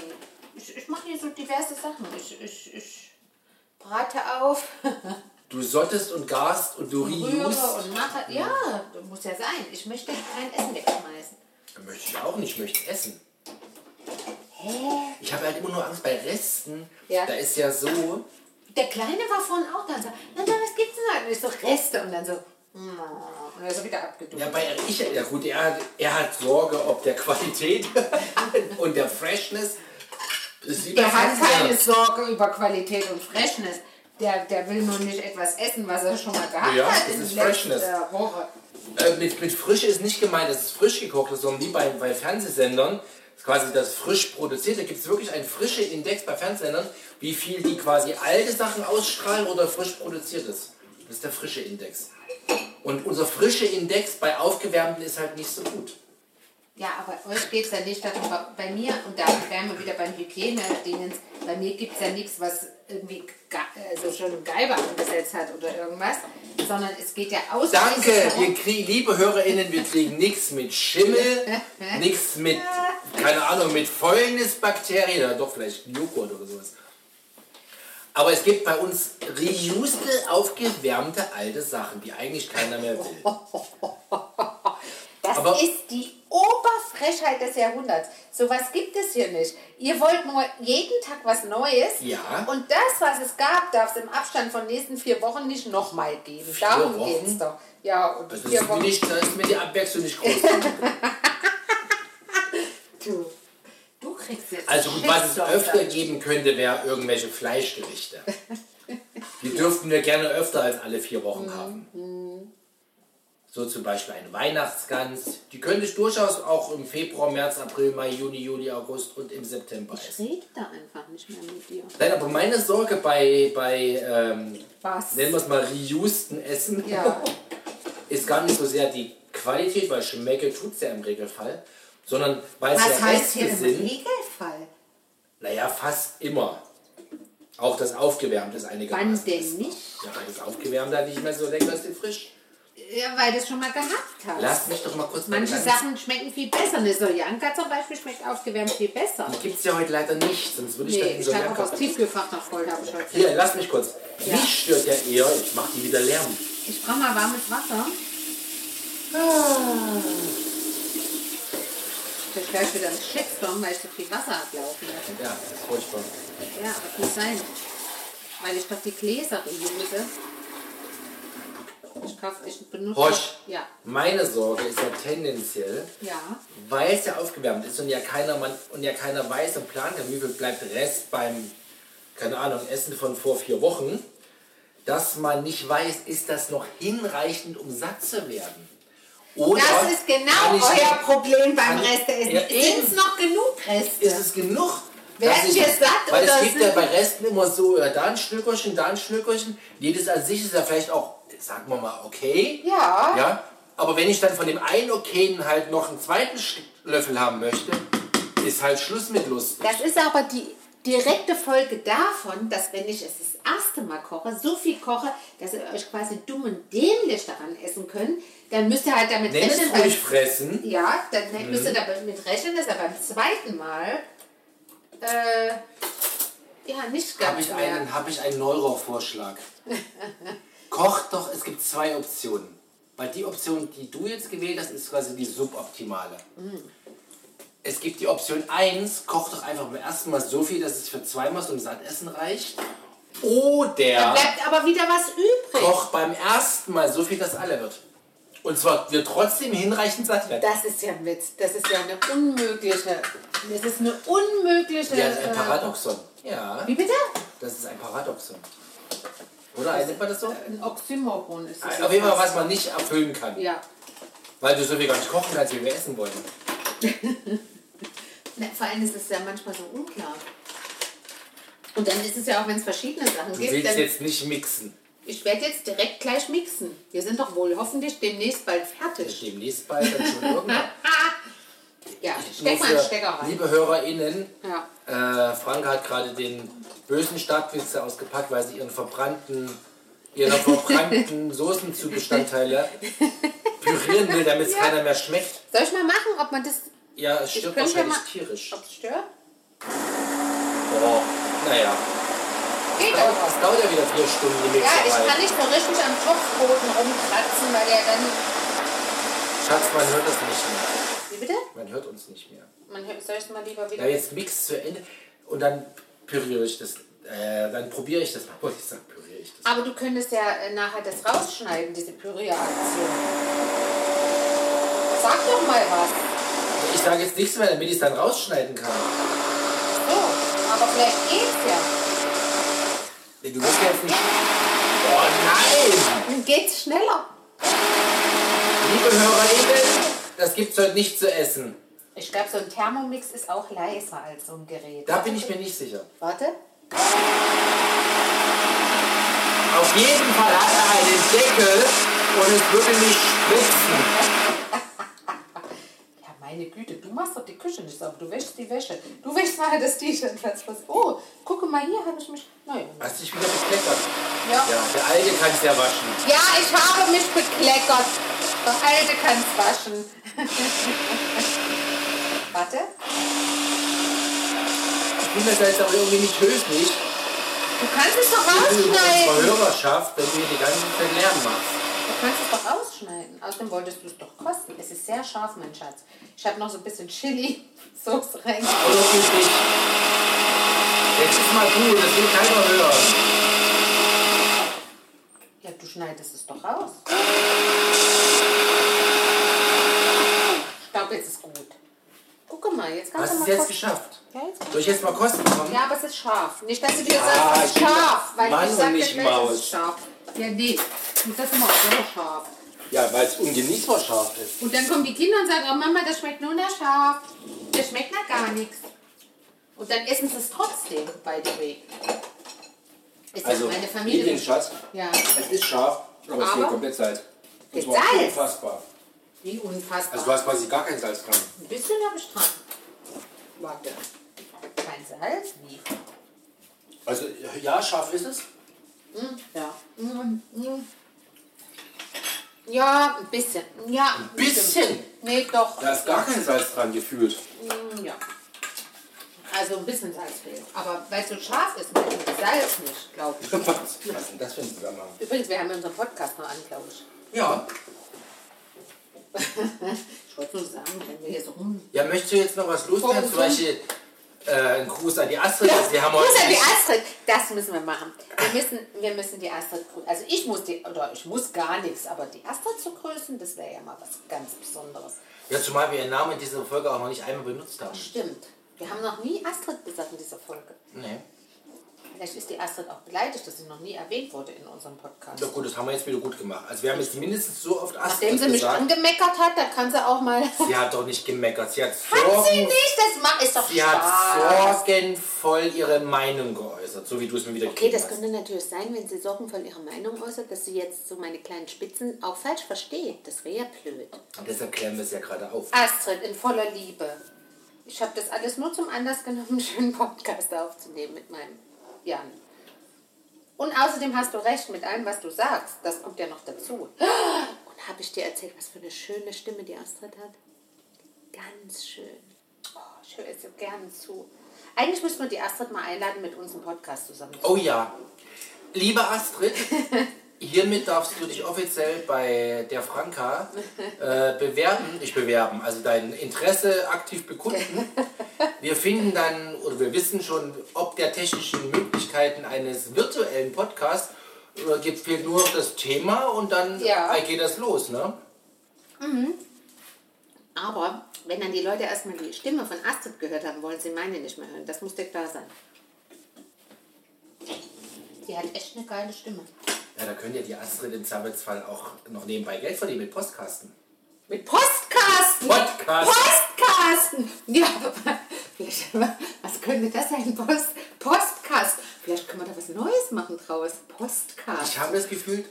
S2: ich, ich mache hier so diverse Sachen. Ich, ich, ich brate auf, [laughs]
S1: Du sottest und garst und du
S2: rühre
S1: riechst.
S2: und mache. Ja, das muss ja sein. Ich möchte kein Essen wegschmeißen.
S1: Möchte ich auch nicht, möchte essen. Ich habe halt immer nur Angst bei Resten.
S2: Ja.
S1: Da ist ja so,
S2: Der Kleine war vorhin auch da und sagt, na dann, was gibt's denn da? Und ich so, Reste. Und dann so, "Mm." und dann so wieder abgedrückt.
S1: ja, bei ich, ja gut, er hat, er hat Sorge ob der Qualität [laughs] und der Freshness. Das sieht
S2: Der
S1: man
S2: hat
S1: ganz
S2: keine
S1: gern.
S2: Sorge über Qualität und Freshness. Der, der will nur nicht etwas essen, was er schon mal gehabt
S1: Ja,
S2: hat
S1: das
S2: in
S1: ist
S2: letzter
S1: Freshness.
S2: Woche.
S1: Äh, mit, mit frisch ist nicht gemeint, dass es frisch gekocht ist, sondern wie bei, bei Fernsehsendern. Das ist quasi das frisch produzierte. Da gibt es wirklich einen frischen Index bei Fernsehsendern, wie viel die quasi alte Sachen ausstrahlen oder frisch produziert ist. Das ist der frische Index. Und unser frische Index bei Aufgewärmten ist halt nicht so gut.
S2: Ja, aber euch geht es ja nicht darum, bei- bei mir, und da wären wir wieder beim Hygiene-Dingens, bei mir gibt es ja nichts, was irgendwie ga, also schon Geiber angesetzt hat oder irgendwas, sondern es geht ja ausschließlich
S1: Danke, wir
S2: darum,
S1: kriegen, liebe HörerInnen, wir kriegen nichts mit Schimmel, nichts mit, keine Ahnung, mit Fäulnisbakterien oder doch vielleicht Joghurt oder sowas. Aber es gibt bei uns reused, aufgewärmte alte Sachen, die eigentlich keiner mehr will.
S2: das
S1: aber-
S2: ist die Oberfrechheit des Jahrhunderts. Sowas gibt es hier nicht. Ihr wollt nur jeden Tag was Neues
S1: Ja.
S2: und das, was es gab, darf es im Abstand von nächsten vier Wochen nicht nochmal geben.
S1: Vier
S2: Darum
S1: Wochen?
S2: geht es doch. Ja, und
S1: Das
S2: vier
S1: ist,
S2: Wochen.
S1: nicht, das ist mir die Abwechslung nicht groß.
S2: Du, du kriegst jetzt
S1: Also gut, was es
S2: Shitstorm
S1: öfter
S2: dadurch.
S1: geben könnte, wäre irgendwelche Fleischgerichte. Die dürften wir gerne öfter als alle vier Wochen
S2: Mhm,
S1: haben. So zum Beispiel eine Weihnachtsgans. Die könnte ich durchaus auch im Februar, März, April, Mai, Juni, Juli, August und im September essen.
S2: Ich rede da einfach nicht mehr mit dir.
S1: Nein, aber meine Sorge bei, bei ähm,
S2: Was?
S1: nennen wir es mal reusten Essen,
S2: Ja.
S1: [laughs] ist gar nicht so sehr die Qualität, weil schmecke tut es ja im Regelfall, sondern weil es
S2: Was
S1: ja
S2: heißt
S1: Reste
S2: hier im
S1: sind.
S2: Regelfall?
S1: Naja, fast immer. Auch das Aufgewärmte ist einigermaßen.
S2: Wann denn
S1: fest.
S2: nicht?
S1: Ja, das Aufgewärmte hat nicht mehr so lecker als den frisch.
S2: Ja, weil du es schon mal gehabt hast.
S1: Lass mich doch mal kurz meine
S2: Manche
S1: Gedanken-
S2: Sachen schmecken viel besser. Eine Sojanka zum Beispiel schmeckt aufgewärmt viel besser.
S1: Die gibt's ja heute leider nicht, sonst würde ich
S2: Nee,
S1: das
S2: ich habe auch
S1: nicht
S2: aus
S1: so
S2: Tiefkühlfach noch voll, habe ich heute.
S1: Hier, lass mich kurz.
S2: Ja.
S1: Mich stört ja eher, ich mach die wieder Lärm.
S2: Ich brauche mal warmes Wasser.
S1: Ah.
S2: Ich werde gleich wieder einen Shitstorm, weil ich so viel Wasser ablaufen lasse.
S1: Ja, das ist furchtbar.
S2: Ja, aber kann sein. Weil ich doch die Gläser reuse. Ich kaufe, ich benutze.
S1: Horch,
S2: Ja,
S1: meine Sorge ist ja tendenziell,
S2: ja.
S1: weil es ja aufgewärmt ist und ja keiner, man, und ja keiner weiß und planen kann, wie viel bleibt Rest beim, keine Ahnung, Essen von vor vier Wochen, dass man nicht weiß, ist das noch hinreichend, um satt zu werden? Oder
S2: Das ist genau
S1: kann ich-
S2: euer Problem beim
S1: kann ich-
S2: Resteessen.
S1: Ja,
S2: Sind es
S1: eben.
S2: noch genug Reste?
S1: Ist es genug?
S2: Werden
S1: Dass ich-
S2: wir satt
S1: Weil
S2: oder
S1: es gibt
S2: sind
S1: ja bei Resten immer so, ja, da ein Schnückerchen, da ein Schnückerchen. Jedes an sich ist ja vielleicht auch, sagen wir mal, okay.
S2: Ja.
S1: Ja, aber wenn ich dann von dem einen Okayen halt noch einen zweiten Sch- Löffel haben möchte, ist halt Schluss mit Lust.
S2: Das ist aber die direkte Folge davon, dass wenn ich es erste Mal koche, so viel koche, dass ihr euch quasi dumm und dämlich daran essen könnt, dann müsst ihr halt damit
S1: Nenn es
S2: weil-
S1: ruhig fressen.
S2: Ja, dann
S1: Mhm.
S2: müsst ihr damit rechnen, dass er beim zweiten Mal äh, ja nicht
S1: Habe
S2: ganz
S1: ich,
S2: mehr.
S1: einen- hab ich einen Neuro-Vorschlag. Koch doch, es gibt zwei Optionen. Weil die Option, die du jetzt gewählt hast, ist quasi die suboptimale. Es gibt die Option 1, koch doch einfach beim ersten Mal so viel, dass es für zweimal zum Sattessen reicht.
S2: Da
S1: Oder
S2: bleibt aber wieder was übrig.
S1: koch beim ersten Mal so viel, dass alle wird. Und zwar wir trotzdem hinreichend satt werden.
S2: Das ist ja ein Witz. Das ist ja eine unmögliche. Das ist eine unmögliche.
S1: Ja, das ist ein
S2: äh,
S1: Paradoxon. Ja,
S2: Wie bitte?
S1: das ist ein Paradoxon. Oder nennt man das so?
S2: Ein Oxymoron ist das.
S1: Auf jeden Fall, was man nicht erfüllen kann.
S2: Ja.
S1: Weil du so viel gar nicht kochen kannst, wie wir essen wollen.
S2: Na, vor allem ist es ja manchmal so unklar. Und dann ist es ja auch, wenn es verschiedene Sachen
S1: Du
S2: gibt,
S1: willst
S2: dann
S1: jetzt nicht mixen.
S2: ich werde jetzt direkt gleich mixen. Wir sind doch wohl hoffentlich demnächst bald fertig.
S1: Demnächst bei dann schon irgendwann.
S2: Ja, steck mal einen Stecker rein.
S1: Liebe HörerInnen,
S2: Ja.
S1: äh, Franke hat gerade den bösen Startwitze ausgepackt, weil sie ihren verbrannten, ihre
S2: [laughs]
S1: verbrannten Soßenzubestandteile pürieren will, damit es keiner mehr schmeckt.
S2: Soll ich mal machen, ob man das
S1: Ja, es stirbt
S2: könnte ja
S1: wahrscheinlich
S2: mal-
S1: tierisch.
S2: ob es stört?
S1: Oh, naja.
S2: Geht aber.
S1: Es dauert ja wieder vier Stunden die
S2: Ja,
S1: Mixerei.
S2: ich kann nicht so richtig am Topfboden rumkratzen, weil der dann.
S1: Schatz, man hört das nicht mehr.
S2: Wie bitte?
S1: Man hört uns nicht mehr.
S2: Man hört, soll ich es mal lieber
S1: Ja,
S2: wieder.
S1: jetzt mix zu Ende und dann püriere ich das. Äh, dann probiere ich das mal. Wollte ich sagen, püriere ich das.
S2: Aber du könntest ja äh, nachher das rausschneiden, diese Pürier-Aktion. Sag doch mal was.
S1: Ich sage jetzt nichts mehr, damit ich es dann rausschneiden kann.
S2: So, aber vielleicht geht's ja.
S1: Nee, Du wirst ja jetzt nicht. Oh nein!
S2: Dann geht's schneller.
S1: Liebe HörerInnen, das gibt's heute nicht zu essen.
S2: Ich glaube, so ein Thermomix ist auch leiser als so ein Gerät.
S1: Da bin ich mir nicht sicher.
S2: Warte.
S1: Auf jeden Fall hat er einen Deckel und es würde nicht spritzen.
S2: Ja, meine Güte, du machst doch die Küche nicht sauber. Du wäschst die Wäsche. Du wäschst nachher das T-Shirt. was- was- Oh, gucke mal, hier habe ich mich... Naja.
S1: Hast dich wieder bekleckert.
S2: Ja.
S1: Ja, der Alte kann es ja waschen.
S2: Ja, ich habe mich bekleckert. Der Alte kann's waschen. [laughs] Warte.
S1: Ich finde das jetzt aber irgendwie nicht höflich.
S2: Du kannst es doch
S1: Unsere
S2: rausschneiden.
S1: Hörerschaft, wenn du hier die ganze Zeit Lärm machst.
S2: Du kannst es doch rausschneiden. Außerdem wolltest du es doch kosten. Es ist sehr scharf, mein Schatz. Ich habe noch so ein bisschen Chili-Sauce rein.
S1: Oder für dich. Jetzt ist mal gut, das will keiner hören.
S2: Ja, du schneidest es doch raus. Ich glaube, jetzt ist gut. Oh, Guck mal, jetzt kannst
S1: Hast
S2: du
S1: du es
S2: mal
S1: jetzt
S2: kosten.
S1: geschafft?
S2: Ja, jetzt kannst
S1: Soll ich jetzt mal kosten kommen?
S2: Ja, aber es ist scharf. Nicht, dass du wieder
S1: Ah,
S2: sagst, es
S1: ich
S2: ist
S1: bin
S2: scharf. Weil
S1: Mann
S2: ich
S1: und
S2: sag dir
S1: nicht
S2: gleich, es
S1: Maus.
S2: ist scharf. Ja, nee. Und das ist immer so scharf.
S1: Ja, weil es ungenießbar scharf ist.
S2: Und dann kommen die Kinder und sagen, oh Mama, das schmeckt nur nach scharf. Das schmeckt nach gar nichts. Und dann essen sie es trotzdem, by the way. Ist
S3: Also,
S2: meine Familie...
S3: Lieblingsschatz,
S2: Ja,
S3: es ist scharf, aber es
S2: Aber?
S3: fehlt komplett Salz. Und
S2: Mit
S3: zwar
S2: Salz?
S3: unfassbar.
S2: wie unfassbar.
S3: Also du hast quasi gar kein Salz dran.
S2: Ein bisschen habe ich dran. Warte. Kein Salz? Wie?
S3: Also ja, scharf ist es.
S2: Ja. Mm, mm. Ja, ein bisschen. Ja, ein
S1: Bisschen?
S2: Nee, doch.
S3: Da ist gar kein Salz dran gefühlt. [laughs]
S2: Mm, Ja. Also ein bisschen Salz fehlt. Aber weil es so scharf ist, mit dem Salz nicht, glaube ich.
S3: Was, was ist denn das für ein Zusammenhang?
S2: Übrigens, wir haben ja unseren Podcast noch an, glaube ich.
S1: Ja.
S2: Ich wollte nur sagen, wenn wir hier so rum.
S1: Ja, möchtest du jetzt noch was loswerden?
S2: Warum
S1: Zum Beispiel äh, ein Gruß an die Astrid. Also, die haben
S2: Muss
S1: heute
S2: ja die Astrid, das müssen wir machen. Wir müssen, wir müssen die Astrid grüßen. Also ich muss die, oder ich muss gar nichts, aber die Astrid zu grüßen, das wäre ja mal was ganz Besonderes.
S1: Ja, zumal wir ihren Namen in dieser Folge auch noch nicht einmal benutzt haben.
S2: Stimmt. Wir haben noch nie Astrid gesagt in dieser Folge.
S1: Nee.
S2: Vielleicht ist die Astrid auch beleidigt, dass sie noch nie erwähnt wurde in unserem Podcast.
S1: Doch gut, das haben wir jetzt wieder gut gemacht. Also wir haben jetzt mindestens so oft Astrid
S2: Nachdem sie mich
S1: gesagt.
S2: angemeckert hat, da kann sie auch mal. [laughs] Hat
S1: Sie hat doch nicht gemeckert. Sie hat
S2: sie
S1: Sorgen
S2: nicht? Das macht ist doch
S1: Sie
S2: schade.
S1: hat sorgenvoll ihre Meinung geäußert, so wie du es mir wieder
S2: Okay,
S1: gegeben
S2: das
S1: hast.
S2: könnte natürlich sein, wenn sie sorgenvoll ihre Meinung äußert, dass sie jetzt so meine kleinen Spitzen auch falsch versteht. Das wäre ja blöd.
S1: Und deshalb klären wir es ja gerade auf.
S2: Astrid, in voller Liebe. Ich habe das alles nur zum Anlass genommen, einen schönen Podcast aufzunehmen mit meinem Jan. Und außerdem hast du recht mit allem, was du sagst. Das kommt ja noch dazu. Und habe ich dir erzählt, was für eine schöne Stimme die Astrid hat? Ganz schön. Oh, ich höre ihr so gerne zu. Eigentlich müssen wir die Astrid mal einladen, mit uns einen Podcast zusammen zu
S1: Oh ja. Liebe
S2: [laughs]
S1: Astrid, hiermit darfst du dich offiziell bei der Franka äh, bewerben. Ich bewerben, also dein Interesse aktiv
S2: [laughs]
S1: bekunden. Wir finden dann, oder wir wissen schon, ob der technischen Möglichkeiten eines virtuellen Podcasts äh, gibt, fehlt nur noch das Thema und dann
S2: Ja.
S1: äh, geht das los, ne?
S2: Aber wenn dann die Leute erstmal die Stimme von Astrid gehört haben, wollen sie meine nicht mehr hören. Das muss dir klar sein. Die hat echt eine geile Stimme.
S1: Ja, da könnt ihr die Astrid im Zweifelsfall auch noch nebenbei Geld verdienen mit Postkasten.
S2: Mit Postkasten!
S1: Podcast.
S2: Postkasten! Ja, vielleicht, was könnte das sein? Post, Postkast. Vielleicht können wir da was Neues machen draus. Postkast.
S1: Ich habe das Gefühl,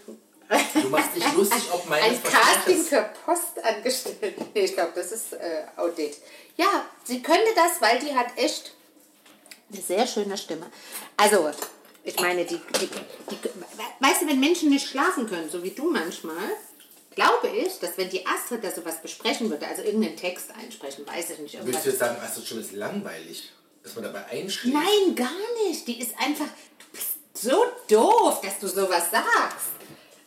S1: du machst dich lustig, ob meines
S2: Ein Casting
S1: Verstandes.
S2: für Postangestellte. [laughs] Nee, ich glaube, das ist äh, outdated. Ja, sie könnte das, weil die hat echt eine sehr schöne Stimme. Also, ich meine, die, die, die, weißt du, wenn Menschen nicht schlafen können, so wie du manchmal, glaube ich, dass wenn die Astrid da sowas besprechen würde, also irgendeinen Text einsprechen, weiß ich nicht,
S1: Willst
S2: irgendwas
S1: du jetzt sagen, Astrid Schmidt ist langweilig, dass man dabei einschläft?
S2: Nein, gar nicht. Die ist einfach. Du bist so doof, dass du sowas sagst.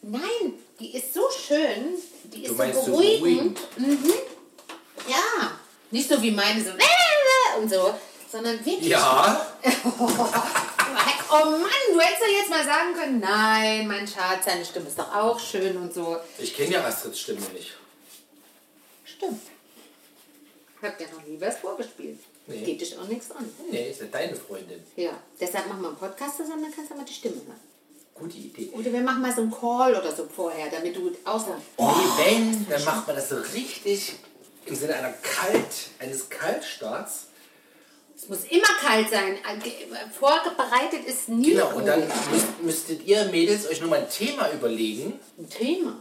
S2: Nein, die ist so schön. Die ist
S1: Du meinst
S2: so
S1: so
S2: beruhigend. mhm. Ja. Nicht so wie meine, so [laughs] und so, sondern wirklich.
S1: Ja,
S2: Oh Mann, du hättest doch jetzt mal sagen können, nein, mein Schatz, seine Stimme ist doch auch schön und so.
S1: ich kenne ja Astrids Stimme nicht.
S2: Stimmt. Habt ihr noch nie was vorgespielt?
S1: Nee.
S2: Geht dich auch nichts an.
S1: Nee, ist ja deine Freundin.
S2: Ja, deshalb machen wir einen Podcast zusammen, dann kannst du mal die Stimme hören.
S1: Gute Idee.
S2: Oder wir machen mal so einen Call oder so vorher, damit du außer.
S1: nee, wenn, dann macht man das so richtig im Sinne einer Kalt, eines Kaltstarts.
S2: Es muss immer kalt sein. Äh, Vorbereitet ist nie
S1: Genau,
S2: gut.
S1: und dann müsst, müsstet ihr Mädels euch nochmal ein Thema überlegen.
S2: ein Thema.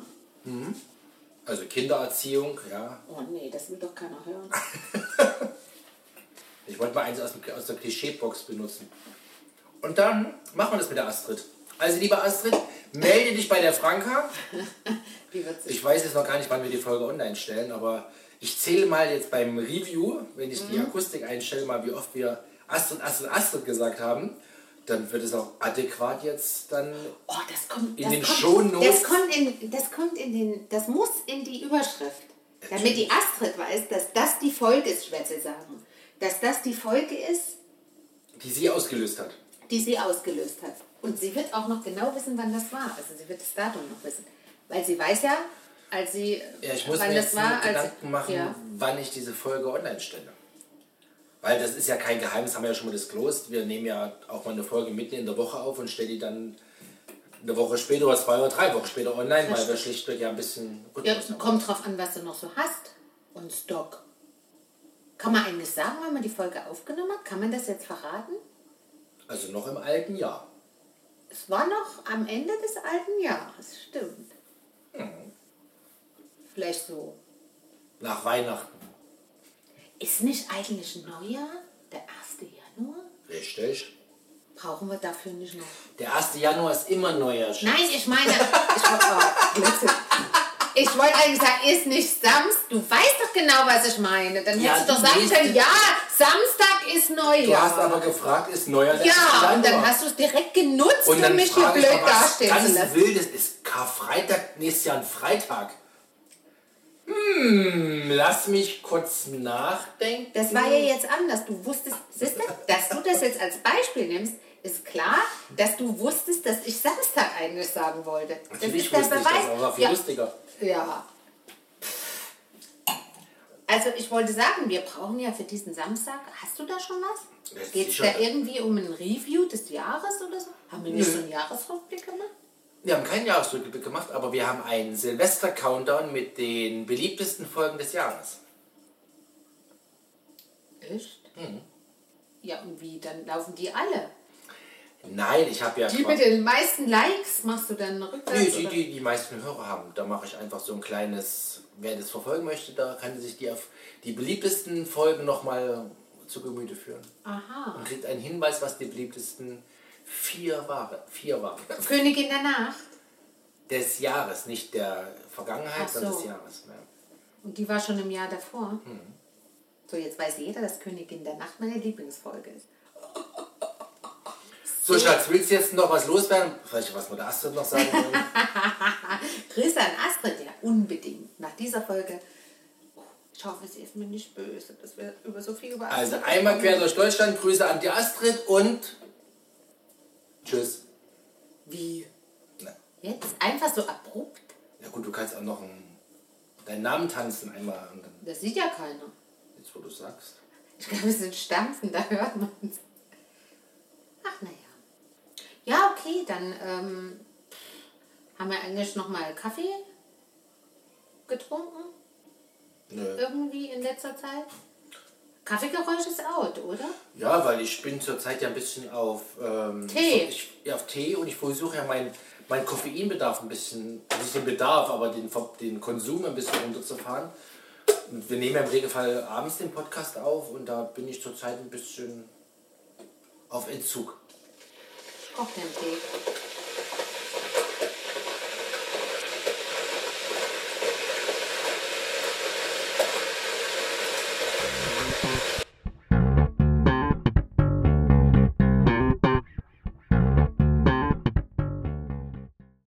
S1: Also Kindererziehung, ja.
S2: Oh nee, das will doch keiner hören.
S1: Ich wollte mal eins aus, dem- aus der Klischeebox benutzen. Und dann machen wir das mit der Astrid. Also, liebe Astrid, melde dich bei der Franka.
S2: Wie wird's?
S1: Ich weiß jetzt noch gar nicht, wann wir die Folge online stellen, aber ich zähle mal jetzt beim Review, wenn ich die Akustik einstelle, mal wie oft wir Astrid, Astrid, Astrid gesagt haben. Dann wird es auch adäquat jetzt dann.
S2: Oh, das kommt.
S1: In
S2: das
S1: den
S2: kommt,
S1: Shownotes.
S2: Das kommt in, das kommt in den, das muss in die Überschrift, damit die Astrid weiß, dass das die Folge ist. Ich werde sie sagen, dass das die Folge ist,
S1: die sie ausgelöst hat.
S2: die sie ausgelöst hat. Und sie wird auch noch genau wissen, wann das war. Also sie wird das Datum noch wissen. Weil sie weiß ja, als sie.
S1: Ja, ich muss
S2: wann
S1: mir jetzt nur
S2: als-
S1: Gedanken machen,
S2: Ja.
S1: wann ich diese Folge online stelle. Weil das ist ja kein Geheimnis, haben wir ja schon mal disclosed. Wir nehmen ja auch mal eine Folge mitten in der Woche auf und stellen die dann eine Woche später oder zwei oder drei Wochen später online, weil wir schlichtweg ja ein bisschen
S2: ja,
S1: Rhythmus haben.
S2: kommt drauf an, was du noch so hast. Und Stock. Kann man eigentlich sagen, wenn man die Folge aufgenommen hat? Kann man das jetzt verraten?
S1: Also noch im alten Jahr.
S2: Es war noch am Ende des alten Jahres, stimmt. Vielleicht so.
S1: Nach Weihnachten.
S2: Ist nicht eigentlich Neujahr der 1. Januar?
S1: Richtig.
S2: Brauchen wir dafür nicht noch
S1: Der 1. Januar ist immer Neujahr.
S2: Nein, ich meine, ich, oh, ich wollte eigentlich sagen, ist nicht Samstag. Du weißt doch genau, was ich meine. Dann
S1: Ja,
S2: hättest du doch
S1: du
S2: sagen
S1: weißt-
S2: können, ja, Samstag ist
S1: Du
S2: Neujahr.
S1: hast aber gefragt, ist Neujahr der 1.
S2: ja,
S1: Januar?
S2: und dann hast du es direkt genutzt,
S1: und
S2: um
S1: dann
S2: mich hier
S1: frage ich
S2: blöd
S1: noch was
S2: dastehen zu
S1: ganz
S2: lassen.
S1: Wildes ist Karfreitag, nächstes Jahr ein Freitag. Hm, lass mich kurz nachdenken.
S2: Das war ja jetzt anders. Du wusstest, siehst du, dass du das jetzt als Beispiel nimmst, ist klar, dass du wusstest, dass ich Samstag eigentlich sagen wollte.
S1: Natürlich
S2: das
S1: wusste
S2: ist der
S1: ich
S2: Beweis.
S1: das, aber war viel
S2: ja,
S1: lustiger.
S2: Ja. Also ich wollte sagen, wir brauchen ja für diesen Samstag, hast du da schon was?
S1: Das
S2: Geht es
S1: ist
S2: da
S1: sicher.
S2: irgendwie um ein Review des Jahres oder so? Haben wir nicht
S1: Nö.
S2: so einen Jahresrückblick gemacht?
S1: Wir haben keinen Jahresrückblick gemacht, aber wir haben einen Silvester-Countdown mit den beliebtesten Folgen des Jahres.
S2: Echt?
S1: Mhm.
S2: Ja, und wie? Dann laufen die alle.
S1: Nein, ich habe ja
S2: Die mit den meisten Likes machst du dann rückwärts?
S1: Nee, die,
S2: oder?
S1: die die meisten Hörer haben. Da mache ich einfach so ein kleines, wer das verfolgen möchte, da kann sich die, auf die beliebtesten Folgen nochmal zu Gemüte führen.
S2: Aha.
S1: Man kriegt einen Hinweis, was die beliebtesten Vier Ware, vier Ware.
S2: Königin der Nacht.
S1: Des Jahres, nicht der Vergangenheit,
S2: Ach
S1: sondern
S2: so.
S1: des Jahres. Ja.
S2: Und die war schon im Jahr davor.
S1: Hm.
S2: So, jetzt weiß jeder, dass Königin der Nacht meine Lieblingsfolge ist.
S1: So, Schatz, willst du jetzt noch was loswerden? Vielleicht was mit der Astrid noch sagen
S2: [laughs]
S1: wollen?
S2: Grüße an Astrid, ja, unbedingt. Nach dieser Folge. Oh, ich hoffe, sie ist mir nicht böse, dass wir über so viel über
S1: Also
S2: Astrid
S1: einmal
S2: reden.
S1: quer durch Deutschland, Grüße an die Astrid und tschüss.
S2: Wie?
S1: Na,
S2: Jetzt? Einfach so abrupt?
S1: ja gut, du kannst auch noch einen, deinen Namen tanzen einmal und dann,
S2: Das sieht ja keiner.
S1: jetzt wo du sagst.
S2: Ich glaube, es sind Stampfen, da hört man es. Ach, naja. Ja, okay, dann ähm, haben wir eigentlich nochmal Kaffee getrunken,
S1: Nö.
S2: irgendwie in letzter Zeit. Kaffeegeräusch ist out, oder?
S1: Ja, weil ich bin zurzeit ja ein bisschen auf ähm,
S2: Tee.
S1: Ich, ja, auf Tee und ich versuche ja meinen mein Koffeinbedarf ein bisschen, nicht den Bedarf, aber den, Ver- den Konsum ein bisschen runterzufahren. Und wir nehmen ja im Regelfall abends den Podcast auf und da bin ich zurzeit ein bisschen auf Entzug.
S2: Ich koche den Tee.